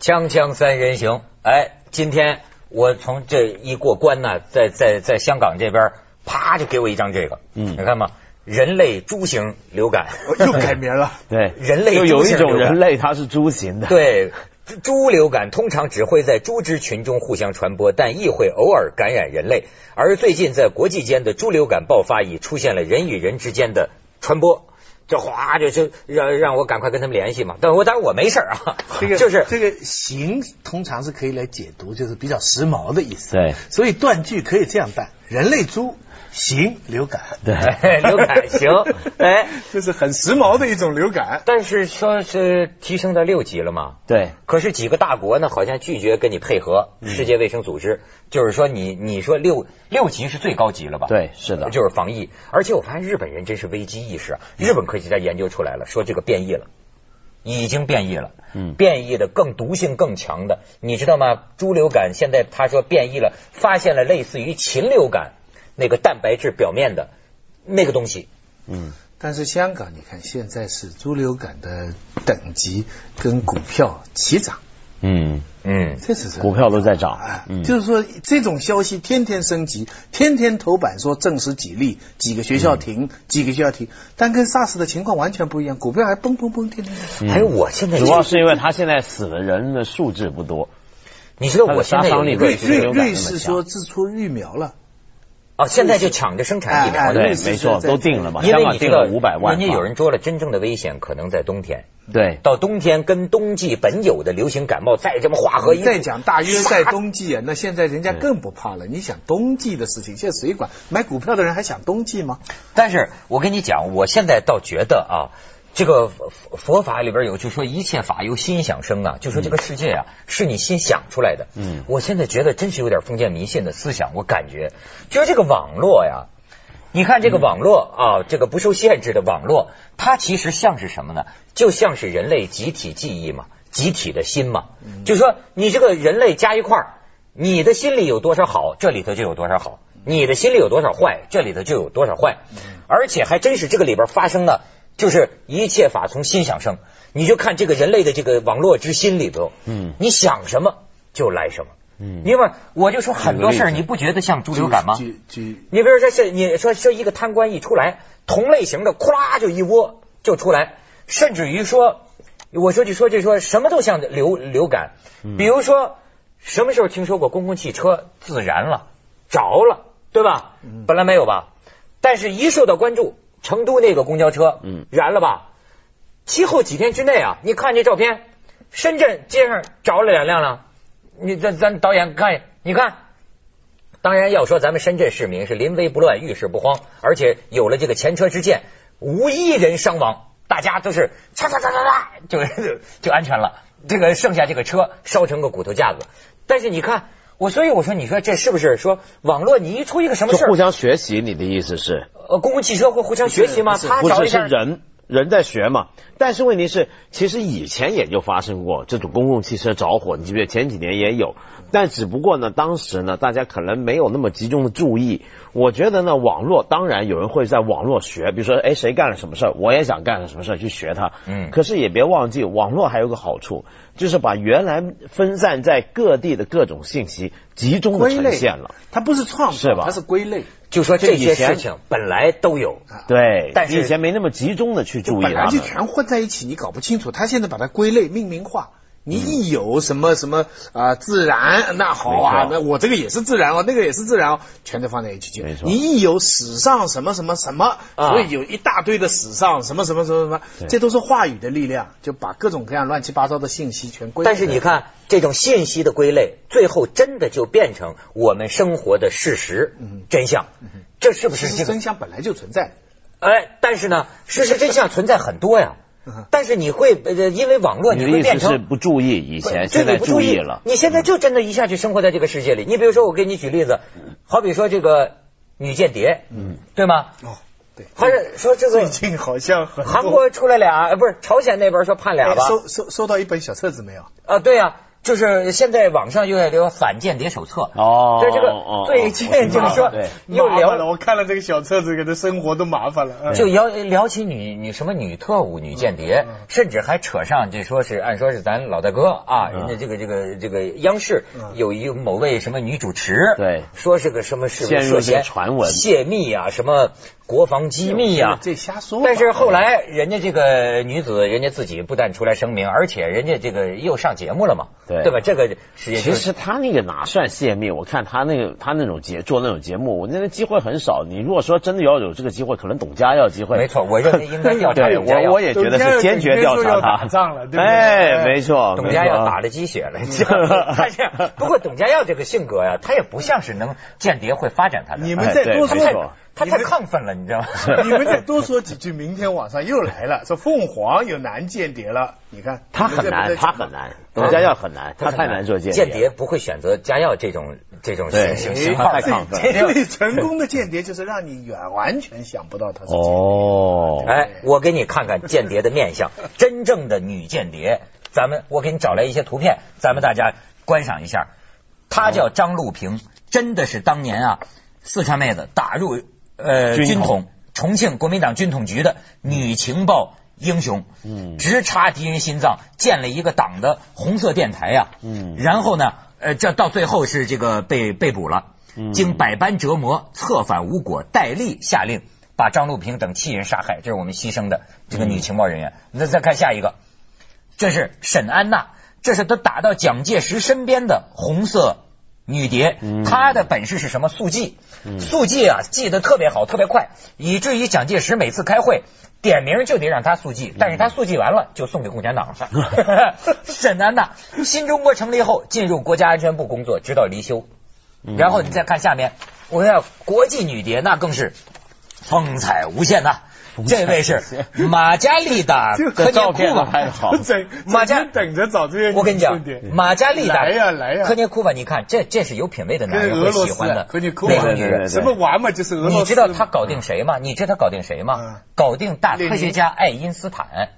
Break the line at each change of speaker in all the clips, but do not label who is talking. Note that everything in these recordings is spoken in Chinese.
锵锵三人行，哎，今天我从这一过关呢，在在在香港这边，啪就给我一张这个，
嗯
你看吧，人类猪型流 感，
又改名了，
对，
人类
就有
猪
一
型
种
流
人
感，
类它是猪型的，
对。猪猪流感通常只会在猪只群中互相传播，但亦会偶尔感染人类。而最近在国际间的猪流感爆发，已出现了人与人之间的传播。这哗，就就让让我赶快跟他们联系嘛。但我当然我没事儿啊，
这个
就是
这个形通常是可以来解读，就是比较时髦的意思。
对
所以断句可以这样断：人类猪型流感，
对，
流感 行，哎，
就是很时髦的一种流感。
但是说是提升到六级了嘛？
对，
可是几个大国呢，好像拒绝跟你配合。
嗯
世界卫生组织就是说你，你说六六级是最高级了吧？
对是的嗯
就是防疫。而且我发现日本人真是危机意识啊！日本科学家研究出来了，说这个变异了，已经变异了。
嗯
变异的更毒性更强的，你知道吗？猪流感现在他说变异了，发现了类似于禽流感那个蛋白质表面的那个东西。
嗯，
但是香港，你看现在是猪流感的等级跟股票齐涨，
嗯，
嗯，
这是什么
股票都在涨
啊，
嗯，
就是说这种消息天天升级，天天头版说证实几例，几个学校停，几个学校停，但跟 SARS 的情况完全不一样，股票还蹦蹦蹦，天天在
嗯
还有我现在
主要是因为它现在死的人的数字不多，
你知道我现在
它的杀
有一
伤力不
个
对
瑞
是这
瑞
个流感
瑞
那
士
么强
说制出疫苗了，
哦，现在就抢着生产疫苗
哎哎
了。
对
类，似
没
是
错，
在
都定了嘛，
因
香
为
港
你知
定
道
了五百万嘛，啊
人家有人说了，真正的危险可能在冬天。
对，
到冬天跟冬季本有的流行感冒再这么化合一，
再讲大约在
唰
冬季啊，那现在人家更不怕了。你想冬季的事情，现在谁管？买股票的人还想冬季吗？
但是我跟你讲，我现在倒觉得啊，这个佛佛法里边有就说一切法由心想生啊，就说这个世界啊、是你心想出来的。
嗯
我现在觉得真是有点封建迷信的思想，我感觉就是这个网络呀。你看这个网络啊，这个不受限制的网络，它其实像是什么呢？就像是人类集体记忆嘛，集体的心嘛。就说你这个人类加一块儿，你的心里有多少好，这里头就有多少好；你的心里有多少坏，这里头就有多少坏。而且还真是这个里边发生呢，就是一切法从心想生。你就看这个人类的这个网络之心里头，
嗯
你想什么就来什么。
嗯
因为我就说很多事儿，你不觉得像猪流感吗？
举举
你比如说是你说说一个贪官一出来，同类型的咵啦就一窝就出来，甚至于说，我说就说就说什么都像流流感，
嗯
比如说什么时候听说过公共汽车自燃了、着了，对吧？本来没有吧，但是一受到关注，成都那个公交车
嗯
燃了吧？其后几天之内啊，你看这照片，深圳街上着了两辆了，你咱咱导演看一眼，你看。当然要说咱们深圳市民是临危不乱、遇事不慌，而且有了这个前车之鉴，无一人伤亡，大家都是嚓嚓嚓嚓嚓，就就就安全了。这个剩下这个车烧成个骨头架子，但是你看我，所以我说你说这是不是说网络你一出一个什么
就
事
互
儿，
相学习，你的意思是？
呃，公共汽车会互相学习吗？
不是
他
不
找
是
一
是
下，
人人在学嘛？但是问题是，其实以前也就发生过这种公共汽车着火，你记不记得前几年也有？但只不过呢，当时呢，大家可能没有那么集中的注意。我觉得呢，网络当然有人会在网络学，比如说，哎，谁干了什么事儿，我也想干了什么事儿去学他。
嗯
可是也别忘记，网络还有个好处，就是把原来分散在各地的各种信息集中的
归
呈
类
现了。，
它不是创
是
造，
吧
它是归类。
就说这些
以前
事情本来都有，
对，
但是
以前没那么集中的去注意
本来
它
就
们。
全混在一起，你搞不清楚。他现在把它归类命名化。你一有什么什么啊、呃自然那好啊
没错，
那我这个也是自然哦，那个也是自然哦，全都放在一起去
没。错
你一有史上什么什么什么，
啊
所以有一大堆的史上什么什么什么什么，
对
这都是话语的力量，就把各种各样乱七八糟的信息全归。
但是你，看这种信息的归类，最后真的就变成我们生活的事实、真相，这是不
嗯其
是
实
这个
真相本来就存在。
哎，但是呢，事实真相存在很多呀
嗯。
但是你会呃，因为网 络
你
你
的
会
意
变
思是
成。
不注意以前，
这
现
你
在
不
注
注
意
意
了。
你现在就真的一下就生活在这个世界里。你比如说，我给你举例子，好比说这个女间谍，嗯，对吗？
哦，对，
还是说这
最
个
近好像很多
韩国出来俩，呃不是朝鲜那边说判俩
哎
吧？
收收收到一本小册子没有？
啊，对呀、就是现在网上又在聊反间谍手册，
哦
对这
哦
个
哦
最近就是
我
说
知道了
又
麻烦了，
聊
我看了这个小册子，给他生活都麻烦了。嗯
就聊聊起女女什么女特务、女间谍，甚至还扯上这说是按说是咱老大哥啊，人家这个这个这个央视
嗯
有一个某位什么女主持，
对
说是个什么是不是
陷入
涉
这个
嫌
传闻
泄密啊，什么国防机密啊，
这瞎说吧。
但是后来人家这个女子，人家自己不但出来声明，而且人家这个又上节目了嘛，
对
吧？这个实际
其
就是
实他那个哪算泄密？我看他那个他那种节做那种节目，我那个机会很少。你如果说真的要有这个机会，可能董佳要有机会。
没错我认为应 该调查
对
董佳
我
要
我也觉得是坚决调查
董佳要
他。
打仗了对不对
哎，没错，
董家
没
耀
错
打了鸡血了，他这样。不过董家耀这个性格呀、他也不像是能间谍会发展他的，
你们再
哎对
多
他
没错
太
说，
他
你
太
们
亢奋了，你 知道吗？
你们再多说几句，明天晚上又来了，说凤凰有男间谍了。你看，
他
你们
很
再不
难，他
再讲
很
嗯
难，董家耀很难，他太难做间
间谍不会选择家耀这种这种
对
型型
哎
型号
太
的，
亢奋了
这
因
种
为成功的间谍就是让你远完全想不到他是间谍。
哦，
哎，我给你看看间谍的 面相，真正的女间谍，咱们我给你找来一些图片，咱们大家观赏一下。她叫张露萍，真的是当年啊，四川妹子打入呃
军
军
统
统重庆国民党军统局的女情报英雄，
嗯
直插敌人心脏，建了一个党的红色电台呀、
嗯
然后呢，呃，这到最后是这个被被捕了。
嗯
经百般折磨，策反无果，戴笠下令把张路平等七人杀害，这是我们牺牲的这个女情报人员。那再看下一个，这是沈安娜，这是她打到蒋介石身边的红色女谍
嗯，
她的本事是什么？速记，速记啊，记得特别好，特别快，以至于蒋介石每次开会点名就得让她速记，但是她速记完了就送给共产党了。 沈安娜，新中国成立后进入国家安全部工作，直到离休。嗯然后
嗯
你再看下面，我要国际女谍那更是风采无限呐、这位是马加丽 达
这
这
科涅
照
库
片
娃，
拍的好，
啊 整
马家
整天等着找这些
啊我跟你讲嗯
间，谍
马加丽达
来呀来呀
科涅库娃，你看这这是有品位的男
跟
人
俄
会
罗
喜
斯啊
欢的
科涅科
那
娃
个女
对对
人
对。
什么娃嘛，就是俄罗斯。
你知道他搞定谁吗？你知道他搞定谁
嗯哦
吗？搞定大科学家爱因斯坦。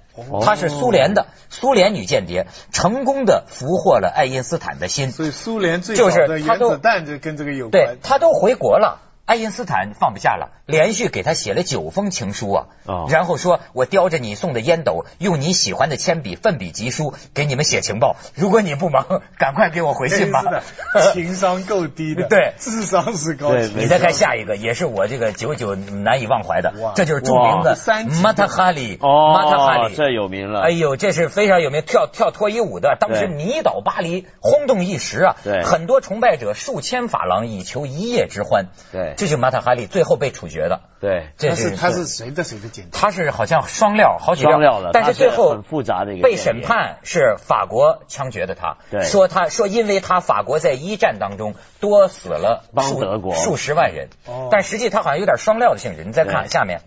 她是苏联的苏联女间谍，成功的俘获了爱因斯坦的心。
所以苏联最早
就是
的
他
原
都
子弹就跟这个有
对
关。
他都回国了，爱因斯坦放不下了，连续给他写了九封情书啊，
哦
然后说我叼着你送的烟斗，用你喜欢的铅笔奋笔疾书给你们写情报，如果你不忙， 赶快给我回信
哎真
吧
是 的。情商够低的，
对
智商是高
对
级的。
你再看下一个，也是我这个久久难以忘怀的
哇，
这就是著名
哇
的
三级
马塔哈里，马塔哈
哦，
里，
这有名了
哎，呦，这是非常有名，跳跳脱衣舞的，当
对
时迷倒巴黎，轰动一时啊！
对
很多崇拜者数千法郎以求一夜之欢。
对
这就是马塔哈利最后被处决的。
对，
这
他是他是谁的谁的间谍？
他是好像双料，好几
双料的
但是最
他是
后
很复杂的一个
被审判是法国枪决的他，
对
说他说因为他法国在一战当中多死了
帮
数
德国
数十万人
哦，
但实际他好像有点双料的性质。你再看
对
下面，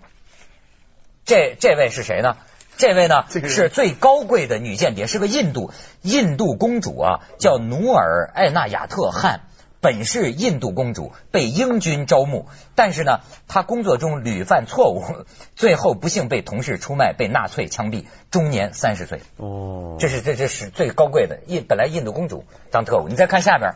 这这位是谁呢？这位呢
这个人
是最高贵的女间谍，是个印度印度公主啊，叫努尔艾纳亚特汗。本是印度公主，被英军招募，但是呢，她工作中屡犯错误， 最后不幸被同事出卖，被纳粹枪毙，终年三十岁。
哦，
这是这这是最高贵的印，本来印度公主当特务。你再看下边，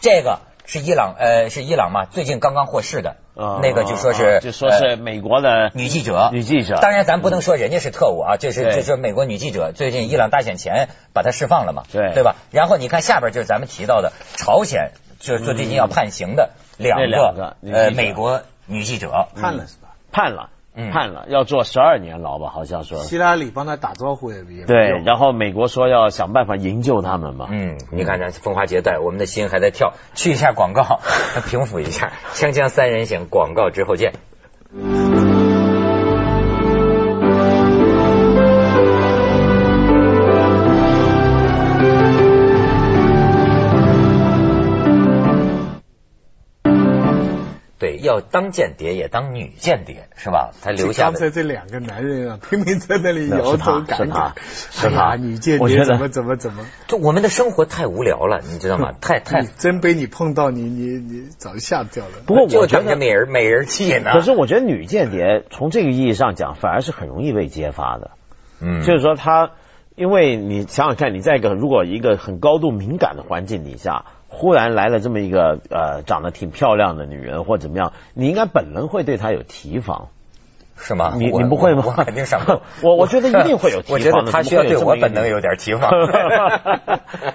这个是伊朗，呃，是伊朗嘛？最近刚刚获释的、
啊
那个，就说是、
啊就说
呃
是美国的
女记者，
女记者嗯
当然，咱不能说人家是特务啊，这是
对
这是美国女记者最近伊朗大选前把她释放了嘛，
对
对吧？然后你看下边就是咱们提到的朝鲜，就是最近要判刑的
嗯
两
那两个
个
女记者
呃美国女记者，
判了是吧？
判了，
嗯
判了，要坐十二年牢吧，好像说。
希拉里帮他打招呼也也没
对，
用
然后美国说要想办法营救他们嘛。
嗯，你看咱风华绝代，我们的心还在跳，去一下 广告，平复一下，锵锵三人行，广告之后见。对，要当间谍也当女间谍是吧？才留下
刚
的
才这两个男人啊， 拼命在那里
那
摇
是他
头
是
赶
他
慨，
是
哎
他
呀女间
我觉
谍
得
怎么怎么怎么，
就我们的生活太无聊了，你知道吗？太太
你，真被你碰到你你你早吓掉了。
嗯不过我
就
觉
等着
得，
美人美人计呢。
可是我觉得女间谍从这个意义上讲，反而是很容易被揭发的。
嗯
就是说她因为你想想看，你在一个如果一个很高度敏感的环境底下，忽然来了这么一个呃长得挺漂亮的女人或怎么样，你应该本能会对她有提防。
是吗？
你
我
你不会吗
我我肯定上不了
。我我觉得一定会有提
我觉
防
得
的
他
怎么
需要
会有
对
这
我
么一个
本能有点 提防。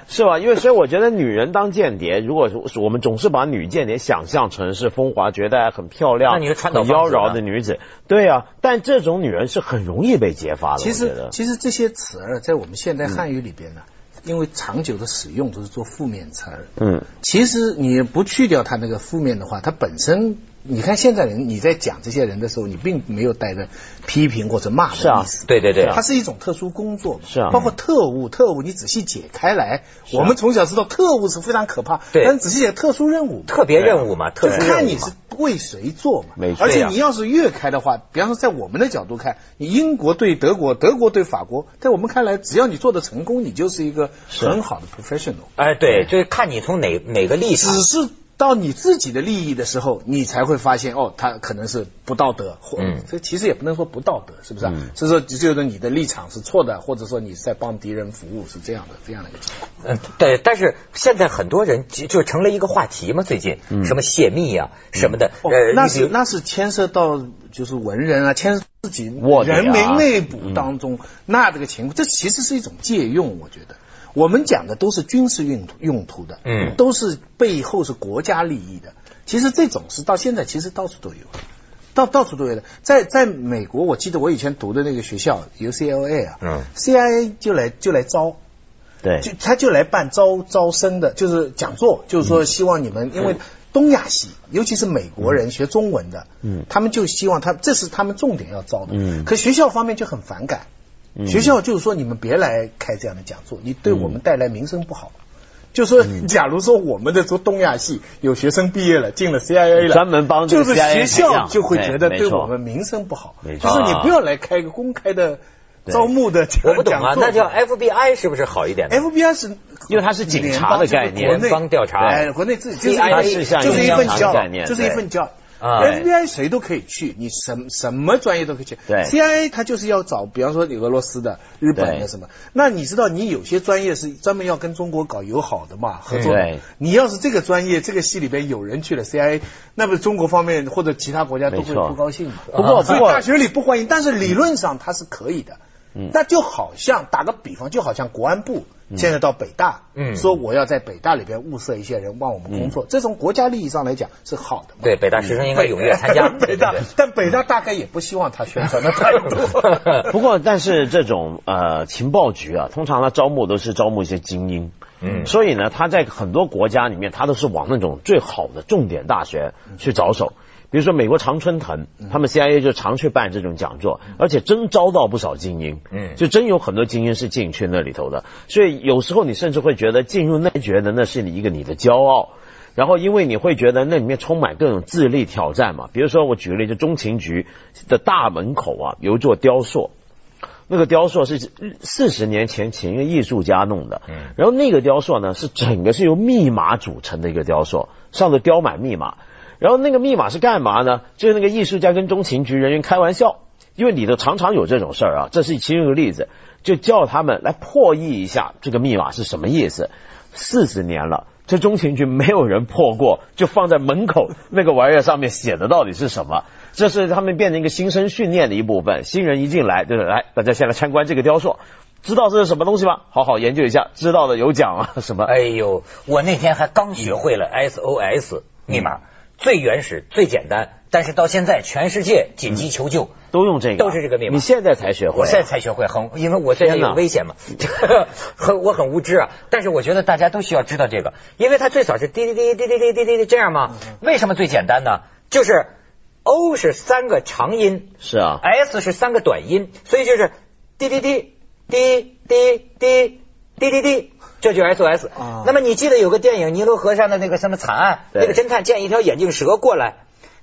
是吧？因为所以我觉得女人当间谍，如果是我们总是把女间谍想象成是风华绝代、很漂亮、
那你的传导
很妖
方式呢
娆的女子，对啊，但这种女人是很容易被揭发的。
其
我觉
实
得
其实这些词儿在我们现代汉语里边呢，因为长久的使用都是做负面词儿。
嗯，
其实你不去掉它那个负面的话，它本身，你看现在人你在讲这些人的时候，你并没有带着批评或者骂
是
的
啊
意思。
对对对，
它是一种特殊工作嘛，
是啊
包括特务，特务你仔细解开来，我们从小知道特务是非常可怕，
啊对
但仔细解特殊任务嘛，
特别任务嘛，特
啊
就是
殊任
看你
务
是
嘛。
为谁做嘛，
没错
而且
呀
你要是越开的话，比方说在我们的角度看，你英国对德国，德国对法国，在我们看来，只要你做的成功，你就是一个很好的 professional。
哎，对，就是看你从哪哪个立场
只。是到你自己的利益的时候，你才会发现哦，他可能是不道德，或
嗯
这其实也不能说不道德，是不是、啊？是说就是你的立场是错的，或者说你是在帮敌人服务，是这样的这样的一个情况。
嗯，对，但是现在很多人就就成了一个话题嘛，最近
嗯
什么泄密呀、什么的，呃，
哦那
你比
是
如
那是牵涉到就是文人啊，牵涉自己
卧底啊
人民内
嗯
部当中，那这个情况，这其实是一种借用，我觉得。我们讲的都是军事用途用途的，
嗯
都是背后是国家利益的。其实这种是到现在其实到处都有，到到处都有的。在在美国，我记得我以前读的那个学校 UCLA 啊，
嗯
，CIA 就来就来招，
对，
就他就来办招招生的，就是讲
嗯
座，就是说希望你们，因为东亚系，尤其是美国人学中文的，
嗯
他们就希望他这是他们重点要招的，
嗯
可学校方面就很反感，
嗯
学校就是说你们别来开这样的讲座，你对我们带来名声不好。就说，
嗯
假如说我们的做东亚系有学生毕业了，进了 CIA 了，
专门帮这
就
个
是
CIA
学
培
校
养
就会觉得
对
对
没错
我们名声不好，
没
就
错
是你不要来开个公开的招募的讲
我不懂
讲
啊，
座
那叫 FBI 是不是好一点呢？
FBI 是
因为它是警察的概念
联邦就是国内
联邦调查
哎，国内自己就是一
CIA
份
是像
就是一份
联邦
调查
job，
的概念
就是一份 job。
啊
FBI 谁都可以去，你什什么专业都可以去。
对
CIA 他就是要找，比方说你俄罗斯的、日本
对
的什么。那你知道，你有些专业是专门要跟中国搞友好的嘛，合作
对
的。你要是这个专业这个系里边有人去了 CIA，那么中国方面或者其他国家都
没
会
错
不高兴嘛。
不过
所
不
以
过
大学里不欢迎，但是理论上它是可以的。
嗯
那就好像打个比方，就好像国安部现在到北大，
嗯
说我要在北大里边物色一些人帮我们工
嗯
作，这从国家利益上来讲是好的嘛。
对，北大师生应该踊跃参加。
北大
对对对，
但北大大概也不希望他宣传的太 多。
不过，但是这种呃情报局啊，通常它招募都是招募一些精英，
嗯
所以呢，他在很多国家里面，他都是往那种最好的重点大学
嗯
去着手。比如说美国常春藤，他们 CIA 就常去办这种讲座，而且真招到不少精英，
嗯
就真有很多精英是进去那里头的。所以有时候你甚至会觉得进入那觉得那是你一个你的骄傲。然后，因为你会觉得那里面充满各种智力挑战嘛，比如说我举例，就中情局的大门口啊，有一座雕塑，那个雕塑是四十年前请一个艺术家弄的，
嗯
然后那个雕塑呢是整个是由密码组成的一个雕塑，上头雕满密码，然后那个密码是干嘛呢？就是那个艺术家跟中情局人员开玩笑，因为里头常常有这种事儿啊，这是其中一个例子，就叫他们来破译一下这个密码是什么意思。四十年了。这中情局没有人破过，就放在门口那个玩意儿上面写的到底是什么？这是他们变成一个新生训练的一部分。新人一进来就是来，大家先来参观这个雕塑，知道这是什么东西吗？好好研究一下，知道的有奖啊什么。
哎呦，我那天还刚学会了 SOS
嗯
密码，最原始、最简单，但是到现在全世界紧急求救。
都用这个，
都是这个密码
你现在才学会、
我现在才学会，很因为我现在
啊天
有
哪
危险嘛， 很我很无知啊。但是我觉得大家都需要知道这个，因为它最早是滴滴滴滴滴滴滴滴滴这样嘛。
嗯
为什么最简单呢？就是 O 是三个长音
是啊，
，S 是三个短音，所以就是滴滴滴滴滴滴滴滴滴。这就是 SOS
啊。
那么你记得有个电影《尼罗河上的那个什么惨案》，
对
那个侦探见一条眼镜蛇过来，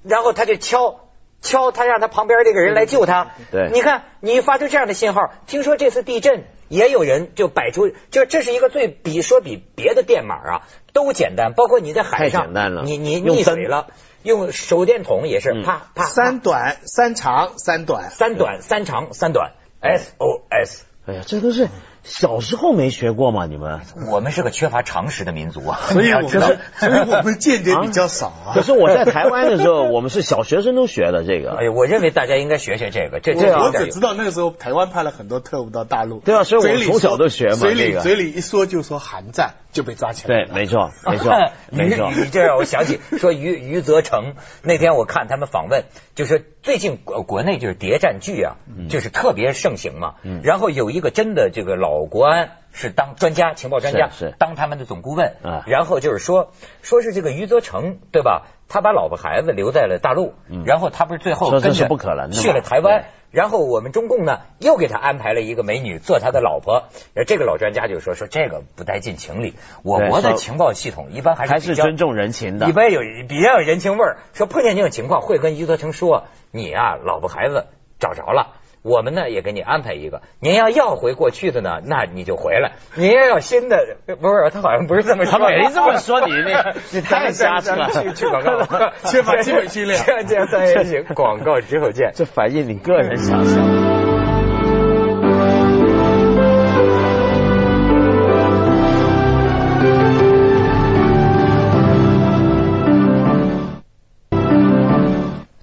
然后他就敲敲，他让他旁边这个人来救他。
嗯对
你看你发出这样的信号，听说这次地震也有人就摆出，就这是一个最比说比别的电码啊都简单，包括你在海上，
太简单了
你你
用
溺
灯
水了，用手电筒也是
嗯
啪啪啪
三短三长三短，
三短三长三短 S O S。
哎呀，这都是小时候没学过吗？你们？
我们是个缺乏常识的民族啊，
所以 我
你要知道
们所以我们间谍比较少 啊。
可是我在台湾的时候，我们是小学生都学的这
哎
个。
呀，我认为大家应该学学这个，这这
对啊
我
有
我
点
只知道那个时候台湾派了很多特务到大陆，
对啊所以我
嘴里
从小
说
都学嘛
嘴
这
里
个
嘴里一说就说韩战就被抓起来
对，
了。
没错，没 错，没错。
你这让我想起说余余则成那天我看他们访问，就说最近呃国内就是谍战剧啊，就是特别盛行嘛。
嗯
然后有一个真的这个老国安是当专家，情报专家
是是
当他们的总顾问
啊，
然后就是说说是这个余则成对吧？他把老婆孩子留在了大陆，
嗯
然后他不是最后
说这
跟
是
着
不可能的嘛
去了台湾。然后我们中共呢又给他安排了一个美女做他的老婆，而这个老专家就说说这个不带进情理，我
对
国的
说
情报系统一般还是
还
比
是
较
尊重人情的
里。边有比较有人情味儿。说碰见这种情况，会跟余则成说：“你啊，老婆孩子找着了。”我们呢也给你安排一个，您要要回过去的呢，那你就回来；您要要新的，不是他好像不是这么说，
他没这么说你那个
你太瞎扯了。
咱们
去去广告吧，
缺乏基本训练
这样这样三人行，广告之后见。
这反映你个人想象。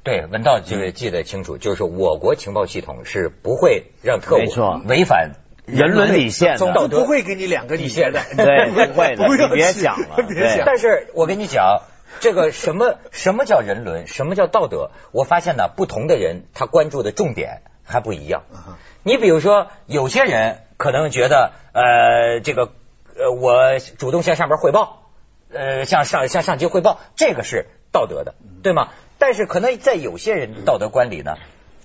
对，文道
嗯
就是记得清楚，就是我国情报系统是不会让特
没错
务违反
人伦底线
中
的，
道
总
德
部不会给你两个
底
底
线
线
的
的，
嗯对不会的你
不要
别
去
想了
别
对
想。
但是我跟你讲，这个什么什么叫人伦，什么叫道德，我发现呢，不同的人他关注的重点还不一样。你比如说，有些人可能觉得，呃，这个，呃，我主动向上边汇报，呃，向上向上级汇报，这个是道德的，对吗？但是可能在有些人道德观里呢，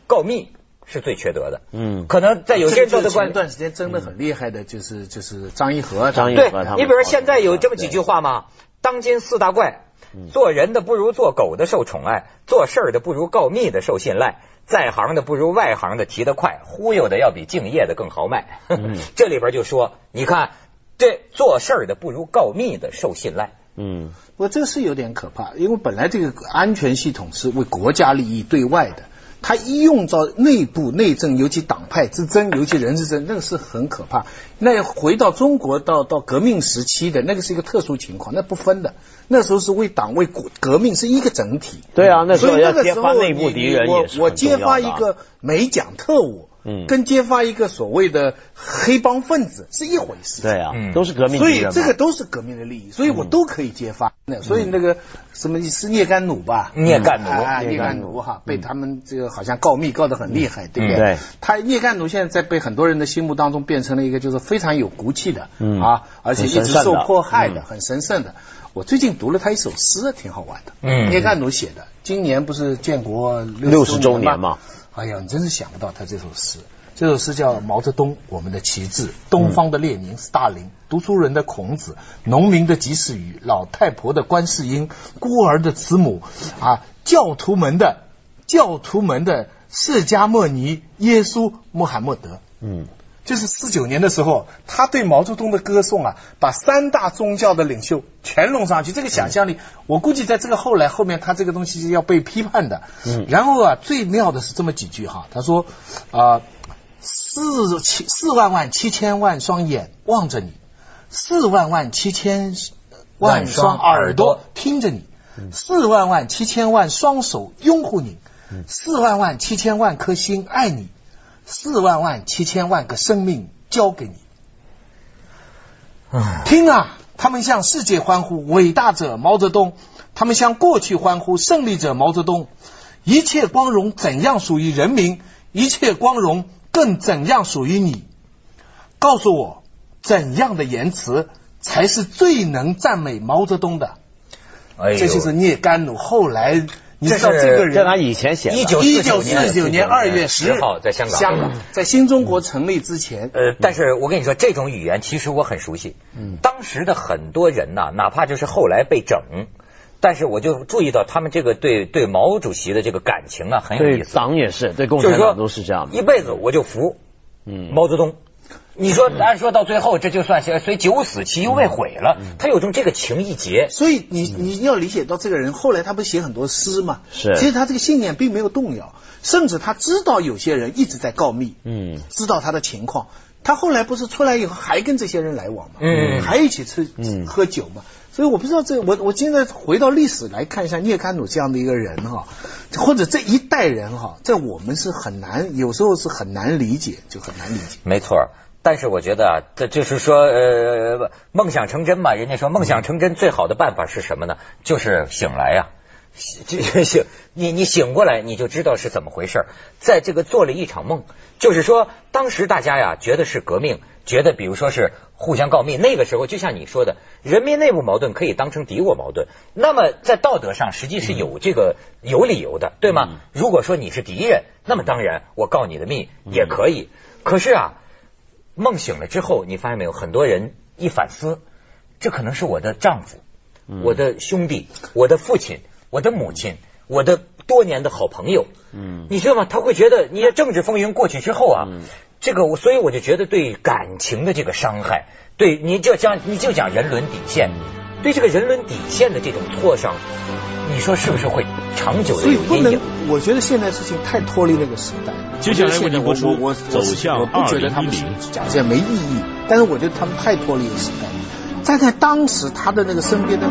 告密是最缺德的。
嗯
可能在有些人道德观
前段时间争得很厉害的，就是就是张一和，
张一
对
和他们
你比如说现在有这么几句话嘛，当今四大怪，
嗯
做人的不如做狗的受宠爱，做事儿的不如告密的受信赖，在行的不如外行的提得快，忽悠的要比敬业的更豪迈。
嗯
这里边就说，你看这做事儿的不如告密的受信赖。
嗯，
我这个是有点可怕，因为本来这个安全系统是为国家利益对外的，它一用到内部内政，尤其党派之争，尤其人之争，那个是很可怕。那回到中国到到革命时期的那个是一个特殊情况，那不分的，那时候是为党为国革命是一个整体。嗯
对啊，那时
所
候
以
要
那个
揭
时
发
候
内
你
部敌人
你我
也是
我
很重要
揭
的啊
发一个美蒋特务，
嗯
跟揭发一个所谓的黑帮分子是一回事。
对啊
嗯，
都是革命
所
敌
以
人嘛。嗯
这个都是革命的利益，所以我都可以揭发。那所以那个什么是聂甘努吧？
聂甘努
啊，
嗯聂
聂
甘
甘
努
努哈，被他们这个好像告密告得很厉害，对不
嗯对
对？他聂甘努现在在被很多人的心目当中变成了一个就是非常有骨气的
嗯
啊，而且一
很
直
神圣
受
的
迫害的，
嗯
很神圣的。我最近读了他一首诗，挺好玩的。
嗯
聂甘努写的，今年不是建国
60周
年
年嘛？
哎呀，你真是想不到他这首诗。这首诗叫《毛泽东，我们的旗帜》，东方的列宁、斯大林，读书人的孔子，农民的及时雨，老太婆的观世音，孤儿的慈母，啊，教徒们的教徒们的释迦牟尼、耶稣、穆罕默德。
嗯，
就是四九年的时候，他对毛泽东的歌颂啊，把三大宗教的领袖全拢上去，这个想象力，我估计在这个后来后面，他这个东西是要被批判的。
嗯
然后啊，最妙的是这么几句哈，他说啊、四七四万万七千万双眼望着你，四万万七千万双耳朵听着你，四万万七千万双手拥护你，四万万七千万颗心爱你。四万万七千万个生命交给你。听啊，他们向世界欢呼伟大者毛泽东，他们向过去欢呼胜利者毛泽东。一切光荣怎样属于人民？一切光荣更怎样属于你？告诉我，怎样的言辞才是最能赞美毛泽东的？
哎呦
这就是聂甘努后来，你知道
这是
这个人
这他以前写的。
一九
一
四
九
四
四
九
九
年
年二月十
10号在香港嗯
香港在新中国成立之前，
呃，但是我跟你说，这种语言其实我很熟悉。
嗯
当时的很多人呐、哪怕就是后来被整，但是我就注意到他们这个对对毛主席的这个感情啊，很有
对
意思。
党也是，对共
就是
产
说
党都是这样
一
的。
辈子我就服
嗯，
毛泽东。你说，按说到最后，这就算是虽九死其犹未悔了。
嗯
他有种这个情义结，
所以你你要理解到这个人，后来他不是写很多诗
嗯
嘛？
是
其实他这个信念并没有动摇，甚至他知道有些人一直在告密，
嗯
知道他的情况，他后来不是出来以后还跟这些人来往嘛，
嗯
还一起吃、
嗯
喝酒嘛。所以我不知道这我我现在回到历史来看一下聂甘努这样的一个人哈，或者这一代人哈，在我们是很难，有时候是很难理解，就很难理解。
没错儿，但是我觉得啊，这就是说，呃，梦想成真嘛。人家说梦想成真最好的办法是什么呢？就是醒来呀、醒这醒，你你醒过来，你就知道是怎么回事儿。在这个做了一场梦，就是说，当时大家呀觉得是革命，觉得比如说是互相告密。那个时候，就像你说的，人民内部矛盾可以当成敌我矛盾。那么在道德上，实际是有这个 有理由的，对吗？如果说你是敌人，那么当然我告你的密也可以。可是啊，梦醒了之后，你发现没有，很多人一反思，这可能是我的丈夫、
嗯
我的兄弟、我的父亲、我的母亲、我的多年的好朋友。
嗯
你知道吗？他会觉得你的政治风云过去之后啊，
嗯
这个我，所以我就觉得对感情的这个伤害，对你就讲你就讲人伦底线，
嗯
对这个人伦底线的这种挫伤，你说是不是会长久的
所以
有
不
阴
能
影？，
我觉得现在事情太脱离那个时代。
接下来为您播出
我我我
走向
我不觉得他们
2010
讲这没意义，但是我觉得他们太脱离了时代。站在当时他的那个身边的。